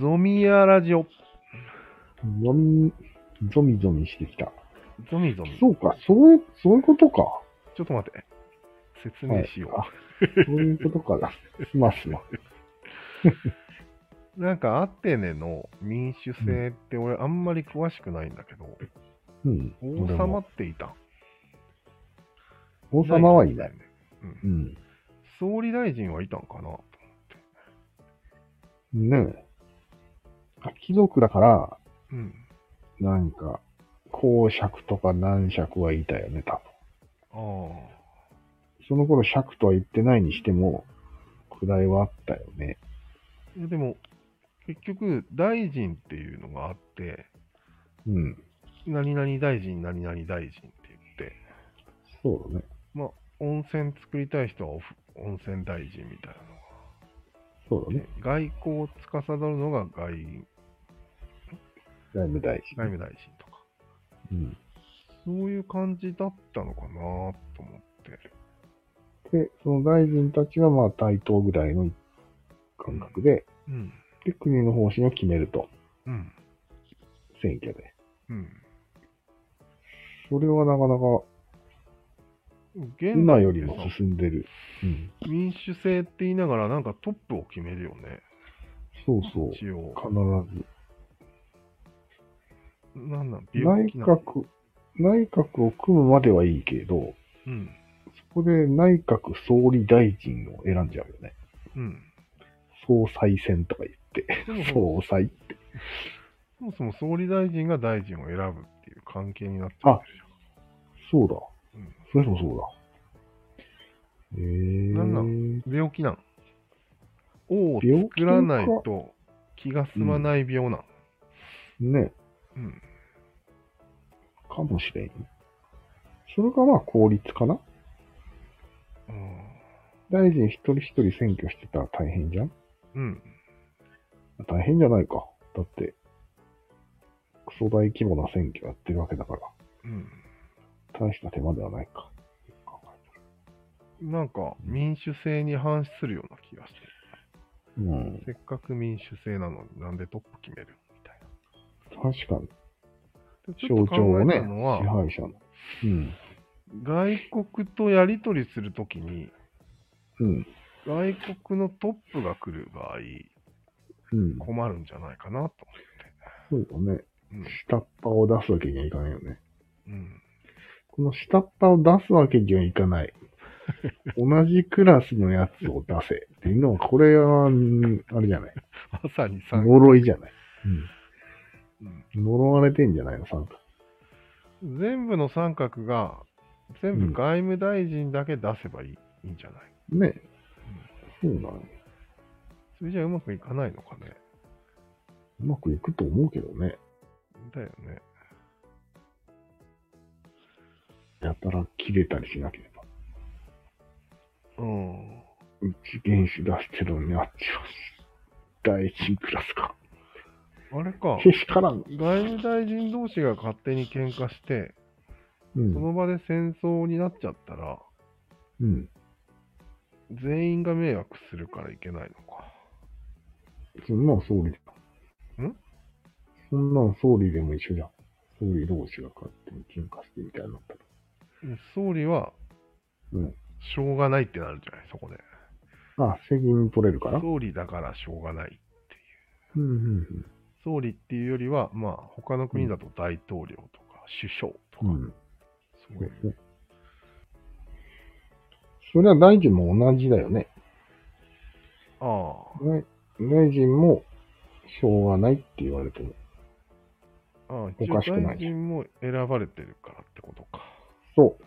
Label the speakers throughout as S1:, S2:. S1: ゾミアラジオ。
S2: ゾミ、ゾミゾミしてきた。
S1: ゾミゾミ。
S2: そうか、そう、そういうことか。
S1: ちょっと待って。説明しよう。
S2: はいあそういうことかな。 すますま。
S1: なんかアテネの民主制って俺あんまり詳しくないんだけど、
S2: うん。
S1: 王
S2: 俺
S1: 様
S2: も
S1: っていた。
S2: 王様はいない。
S1: よね。
S2: うん。
S1: 総理大臣はいたんかな
S2: ねえ。あ貴族だから、
S1: うん。
S2: なんか、公爵とか男爵はいたよね、多分。
S1: ああ。
S2: その頃爵とは言ってないにしても、位はあったよね。
S1: いやでも、結局、大臣っていうのがあって、
S2: うん。
S1: 何々大臣、何々大臣って言って、
S2: そうだね。
S1: まあ、温泉作りたい人はおふ温泉大臣みたいなのが
S2: そうだね。
S1: 外交を司るのが外
S2: 外務
S1: 外
S2: 大臣。
S1: 務大臣とか、
S2: うん。
S1: そういう感じだったのかなと思って。
S2: で、その大臣たちがまあ対等ぐらいの感覚で、
S1: うん。
S2: で、国の方針を決めると。
S1: うん。
S2: 選挙で。
S1: うん。
S2: それはなかなか、
S1: 現
S2: 今
S1: 代
S2: よ
S1: っ
S2: り
S1: て
S2: も
S1: さ
S2: 進んでる。うん。
S1: 民主制って言いながらなんかトップを決めるよね。
S2: そうそう。必
S1: 一応。
S2: ず。
S1: なんなん病
S2: 内
S1: 気なの
S2: 閣、内閣を組むまではいいけど、
S1: うん。
S2: そこで内閣総理大臣を選んじゃうよね。
S1: うん。
S2: 総裁選とか言って。
S1: でもそ
S2: 総裁って。
S1: もそも総理大臣が大臣を選ぶっていう関係になってくる
S2: そうだ。
S1: じゃん。
S2: それもそうだ。えー。
S1: なんなうん、病気なん。王を
S2: 病気
S1: 作らないと気が済まない病なん。
S2: ね。
S1: うん。
S2: かもしれん。それがまあ効率かな
S1: うん。
S2: 大臣一人一人選挙してたら大変じゃん
S1: うん。
S2: 大変じゃないか。だって、クソ大規模な選挙やってるわけだから、
S1: うん
S2: 大した手間ではないか。
S1: なんか民主制に反するような気がして、
S2: うん、
S1: せっかく民主制なのになんでトップ決めるみたい
S2: 確かに、
S1: な。でちょ
S2: 象
S1: っと
S2: 徴を
S1: 考え
S2: ね、
S1: たのは、
S2: 支配者の。うん、
S1: 外国とやり取りするときに、
S2: うん、
S1: 外国のトップが来る場
S2: うん
S1: 合、。困るんじゃないかなと思っ
S2: そうだね。
S1: て。
S2: 下っ端を出すわけにはいかないよね。
S1: うん。うん。
S2: この下っ端を出すわけにはいか ない。同じクラスのやつを出せ。っていうのは、これは、うんあれじゃ ない。
S1: まさにさ、
S2: 呪いじゃない。
S1: うん
S2: うん、呪われてんじゃないの、さん
S1: 全部の三角が、全
S2: う
S1: 部
S2: ん
S1: 外務大臣だけ出せばいい,、いいんじゃない
S2: ね。そうなの。
S1: それじゃうまくいかないのかね。
S2: うまくいくと思うけどね。
S1: だよね。
S2: やたら切れたりしなければ。
S1: うん。
S2: うち原子出してるのにあっちは第一クラスか。
S1: あれ か。
S2: けしからん。
S1: 外務大臣同士が勝手に喧嘩して、
S2: う
S1: そ
S2: ん。
S1: の場で戦争になっちゃったら、
S2: うん。
S1: 全員が迷惑するからいけないのか。
S2: そんなん総理だ。
S1: ん
S2: そんなん総理でも一緒じゃん。総理同士が勝手に喧嘩してみたいになったら。
S1: で総理は、
S2: うん
S1: しょうがないってなるんじゃないそこで。
S2: あ、責任取れるから。
S1: 総理だからしょうがない。
S2: うんうん
S1: 総理っていうよりは、まあ、他の国だと大統領とか首相と
S2: う
S1: か、
S2: ん。うん。
S1: そう
S2: そ
S1: いうう。
S2: ね。それは大臣も同じだよね。
S1: あ
S2: 大大臣もしょうがないって言われても。
S1: あ、ああ一
S2: お
S1: 応
S2: かしくない
S1: 大臣も選ばれてるからってことか。
S2: そ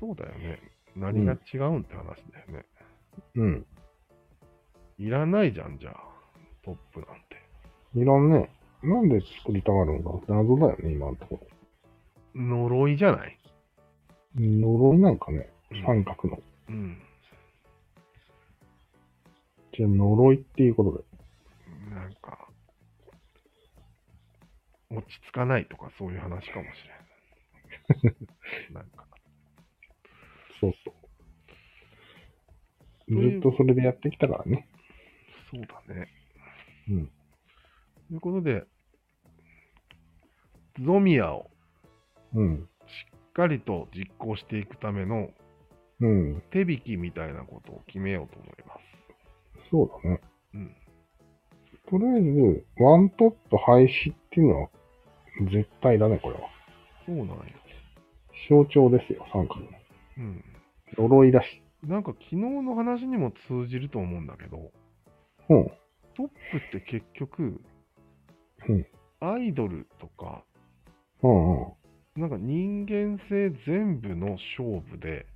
S1: そうだよね。何が違うんって話だよね。
S2: う。うん。
S1: いらないじゃん、じゃあ。トップなんて。
S2: いらんね。なんで作りたがるのか謎だよね、今のところ。
S1: 呪いじゃない
S2: 呪いなんかね、三角の。
S1: うん。
S2: じゃあ呪いっていうことで。
S1: なんか、落ち着かないとかそういう話かもし れん。なんか、
S2: そうそう。
S1: という
S2: ずっとそれでやってきたからね。
S1: そうだね。
S2: うん。
S1: いうことで、ゾミアを
S2: うん。
S1: しっかりと実行していくための
S2: うん。
S1: 手引きみたいなことを決めようと思います。
S2: そうだね。
S1: うん。
S2: とりあえず、ワントップ廃止っていうのは、絶対だね、これは。
S1: そうなんや。
S2: 象徴ですよ、三角の。
S1: うん。
S2: 呪いだし。
S1: なんか昨日の話にも通じると思うんだけど、
S2: うん。
S1: トップって結局、
S2: うん
S1: アイドルとか、
S2: うんうん。
S1: なんか人間性全部の勝負で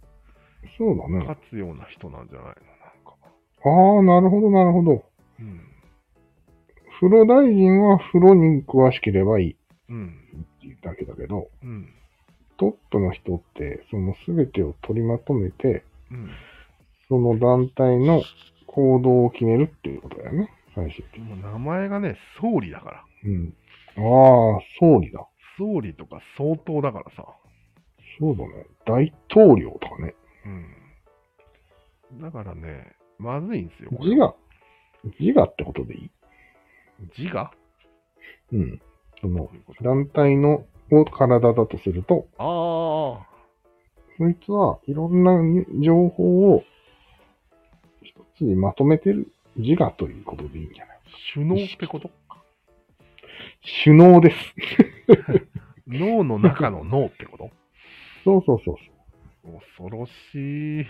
S2: そうだね。
S1: 勝つような人なんじゃないのなんか。
S2: ああ、なるほど、なるほど。
S1: うん。
S2: 風呂大臣は風呂に詳しければいいっ
S1: うん。
S2: ていうだけだけど、
S1: うん。
S2: トップの人って、その全てを取りまとめて、
S1: うん。
S2: その団体の行動を決めるっていうことだよね、最終的
S1: で
S2: に。
S1: も名前がね、総理だから。
S2: うん。ああ、総理だ。
S1: 総理とか総統だからさ。
S2: そうだね。大統領とかね。
S1: うん。だからね、まずいんですよ。これ
S2: 自我。自我ってことでいい
S1: 自我
S2: うん。その
S1: ど、ういうこと
S2: 団体の、を体だとすると、
S1: ああ。
S2: そいつはいろんな情報を一つにまとめてる自我ということでいいんじゃない
S1: 首脳ってこと
S2: 首脳です。
S1: 脳の中の脳ってこと
S2: そうそうそうそ
S1: 恐ろしい。
S2: う。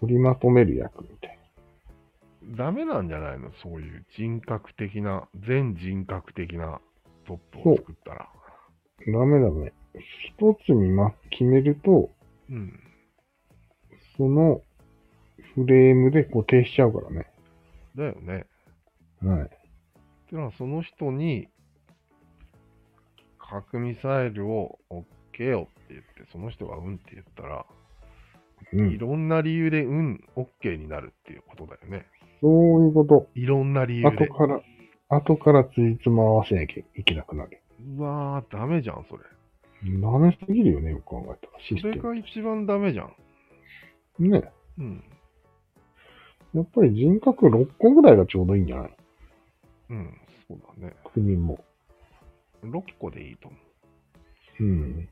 S2: 取りまとめる役みたい
S1: ダメなんじゃないのそういう人格的な、全人格的なトップ
S2: そ
S1: を
S2: う
S1: 作ったら。
S2: な。ダメだね。一つにま、決めると、
S1: うん。
S2: そのフレームで固定しちゃうからね。
S1: だよね。
S2: はい。
S1: ってのはその人に、核ミサイルを置けよって言って、その人がうんって言ったら、
S2: う
S1: い
S2: ん。
S1: ろんな理由でうん、OK になるっていうことだよね。
S2: そういうこと。
S1: いろんな理由
S2: 後
S1: で。
S2: から、後からついつも合わせなきゃいけなくなる。
S1: うわー、ダメじゃん、それ。
S2: ダメすぎるよね、よく考えたら。シス
S1: それ
S2: テ
S1: が一番ダメじゃん。
S2: ム。ね。
S1: うん。
S2: やっぱり人格6個ぐらいがちょうどいいんじゃない
S1: うん、そうだね。
S2: 国も。
S1: 6個でいいと思
S2: うん。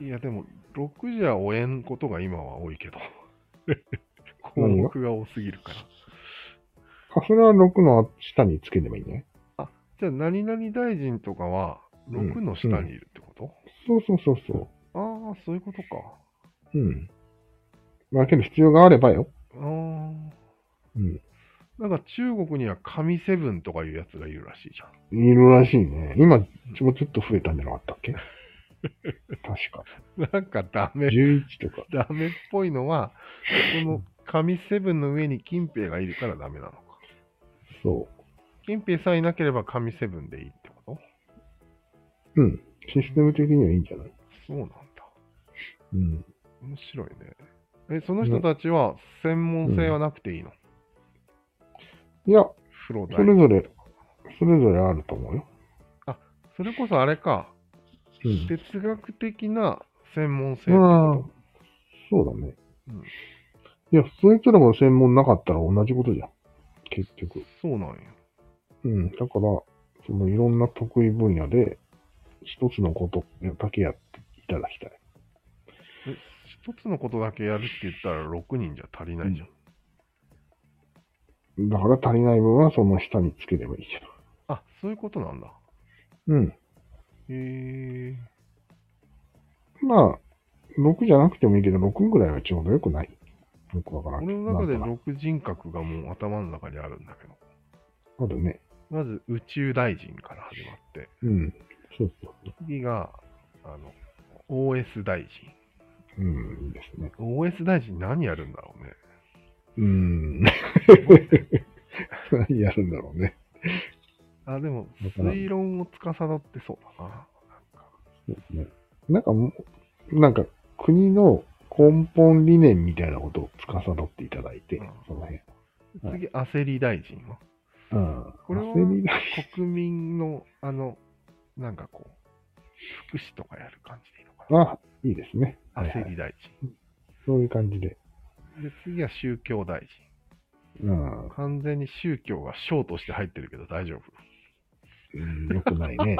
S1: う。いや、でも、6じゃ終えんことが今は多いけど。項目が多すぎるから。
S2: カスラ6の下につければいいね。
S1: じゃあ、何々大臣とかは、
S2: うん
S1: 6の下にいるってこと、
S2: そうそうそうそ
S1: ああ、そういうことか。
S2: う。うん。分ける必要があればよ。
S1: ああ。
S2: うん。
S1: なんか中国には神セブンとかいうやつがいるらしいじゃん。
S2: いるらしいね。今、ちょちょっと増えたんじゃなかったっけ確か。
S1: なんかダメ、
S2: 11とか。
S1: ダメっぽいのは、その神セブンの上に金平がいるからダメなのか。
S2: そ
S1: 金平さえいなければ神セブンでいいってこと
S2: う。うん。システム的にはいいんじゃない
S1: そうなんだ。
S2: うん。
S1: 面白いね。え、その人たちは専門性はなくていいの、
S2: いや、
S1: 風呂
S2: そ
S1: 大
S2: れぞれ、それぞれあると思うよ。
S1: それこそあれか、
S2: うん。
S1: 哲学的な専門性って
S2: まあ
S1: こ、
S2: そうだね。
S1: うん
S2: いや、そいつらも専門なかったら同じことじゃん。結
S1: と
S2: 局。
S1: そうなんや。
S2: うん。だから、そのいろんな得意分野で、一つのことだけやっていただきたい。
S1: え一つのことだけやるって言ったら6人じゃ足りないじゃん。
S2: だから足りない分はその下につければいいじ
S1: あ、そういうことなんだ。
S2: ゃん。うん。
S1: へえ。
S2: まあ、6じゃなくてもいいけど、6ぐらいはちょうどよくない。よくわからん。
S1: 俺の中で
S2: なんか
S1: 6人格がもう頭の中にあるんだけど。
S2: あるね。
S1: まず宇宙大臣から始まって、
S2: うん。そうそうそ
S1: 次が、あの、OS 大臣。
S2: う。うん、いいですね。
S1: OS 大臣何やるんだろうね。
S2: うん。 何やるんだろうね。
S1: あ、でも、
S2: だから
S1: 推論を司ってそうだな。
S2: そうですね。なんかもう、なんか国の根本理念みたいなことを司っていただいて、
S1: うん
S2: その辺。はい
S1: 次、焦り大臣は
S2: うん。
S1: これは
S2: 焦りだ
S1: 国民の、あの、なんかこう、福祉とかやる感じでいいのか
S2: あ、いいですね。
S1: な。
S2: はいはい
S1: 焦り大
S2: そういう感じで。
S1: 臣。で、次は宗教大臣。
S2: うん。う
S1: 完全に宗教が章として入ってるけど大丈夫。
S2: んよくないね。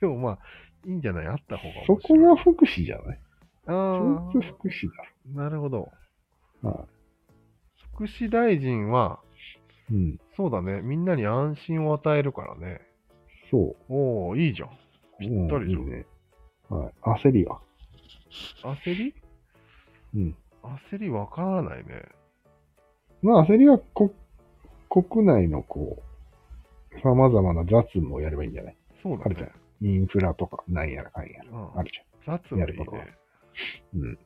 S1: でもまあ、いいんじゃないあった方が
S2: そ
S1: 面
S2: こ
S1: 白。
S2: はい福祉じゃない
S1: あ
S2: そいつ福祉だ
S1: あ、なるほど。
S2: ろ。は
S1: 福祉大臣は、
S2: い。うん。
S1: そうだね、みんなに安心を与えるからね。
S2: そう。
S1: おお、いいじゃん。ぴったりじゃん。
S2: うんいいね。はい。焦りは。
S1: 焦り
S2: うん。
S1: 焦りわからないね。
S2: まあ、焦りはこ、国内のこう、様々な雑務をやればいいんじゃない
S1: そうだ
S2: あるじゃ
S1: ね
S2: ん。。インフラとか、なんやらかんやら。
S1: うん
S2: あるじ
S1: 雑務い
S2: や
S1: い
S2: ることは
S1: ね。
S2: うん。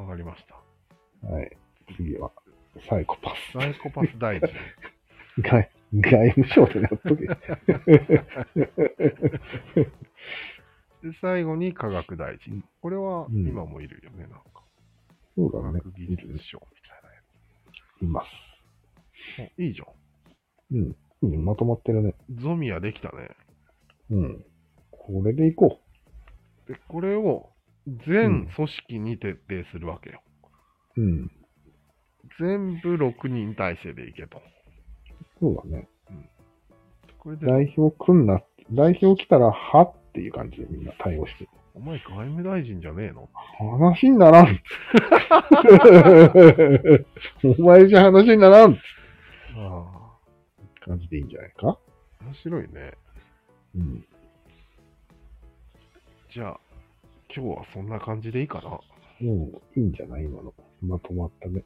S1: わかりました。
S2: ゃん。はい。次は、サイコパス。
S1: サイコパス大 臣。
S2: 外外務省でやっとけ。
S1: で、最後に科学大
S2: う
S1: 臣。これは
S2: うん
S1: 今もいるよね、なんか。
S2: そう
S1: 科
S2: だね。
S1: 学技術省みたいなや
S2: います。
S1: つ。おいいじゃ
S2: うん。うん、まとまってるね。
S1: ん。ゾミアできたね。
S2: うん。これでいこ
S1: で、これを全組織に徹底するわけよ。
S2: う。うん。
S1: 全部6人体制でいけと。
S2: そうだね。
S1: これで、
S2: 代表来んなって。代表来たら、はっていう感じでみんな対応して。
S1: お前外務大臣じゃねえの
S2: 話にならん。お前じゃ話にならん。
S1: あ
S2: 感じでいいんじゃないか
S1: あ、面白いね。
S2: うん。
S1: じゃあ、今日はそんな感じでいいかな。
S2: もういいんじゃない今の。まとまったね。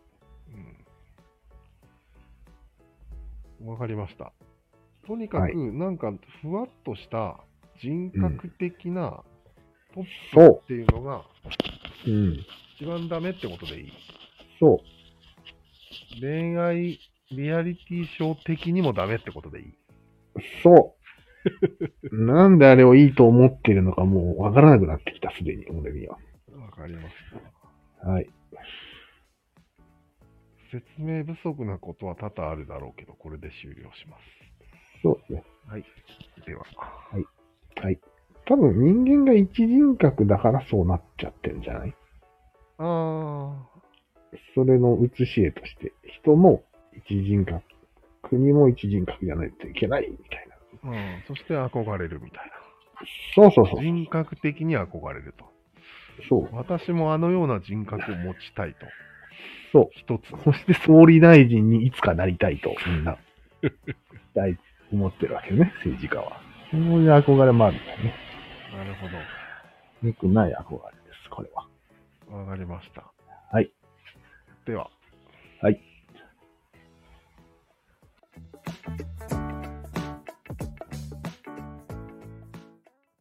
S1: うん。わかりました。とにかく、なんか、ふわっとした人格的なポップっていうのが
S2: うん。
S1: 一番ダメってことでいい。
S2: そ
S1: 恋愛リアリティショー的にもダメってことでいい。
S2: う。そう。なんであれをいいと思ってるのかもうわからなくなってきた、すでに、俺には。
S1: わかりまし
S2: はい。
S1: た。説明不足なことは多々あるだろうけど、これで終了しま
S2: そうですね。
S1: す。はい。では。
S2: はい。多分人間が一人格だからそうなっちゃってるんじゃない
S1: あ
S2: それの写し絵として、人も一人格、国も一人格じゃないといけないみたいな。
S1: あ、うん。そして憧れるみたい
S2: そうそうそ
S1: な。
S2: う。
S1: 人格的に憧れると。
S2: そう。
S1: 私もあのような人格を持ちたいと。
S2: そう。
S1: 一つの。
S2: そして総理大臣にいつかなりたいと、みんな、大思ってるわけね、政治家は。そういう憧れもあるんだよね。
S1: なるほ
S2: よくない憧れです、これは。
S1: ど。わかりました。
S2: はい。
S1: では。
S2: はい。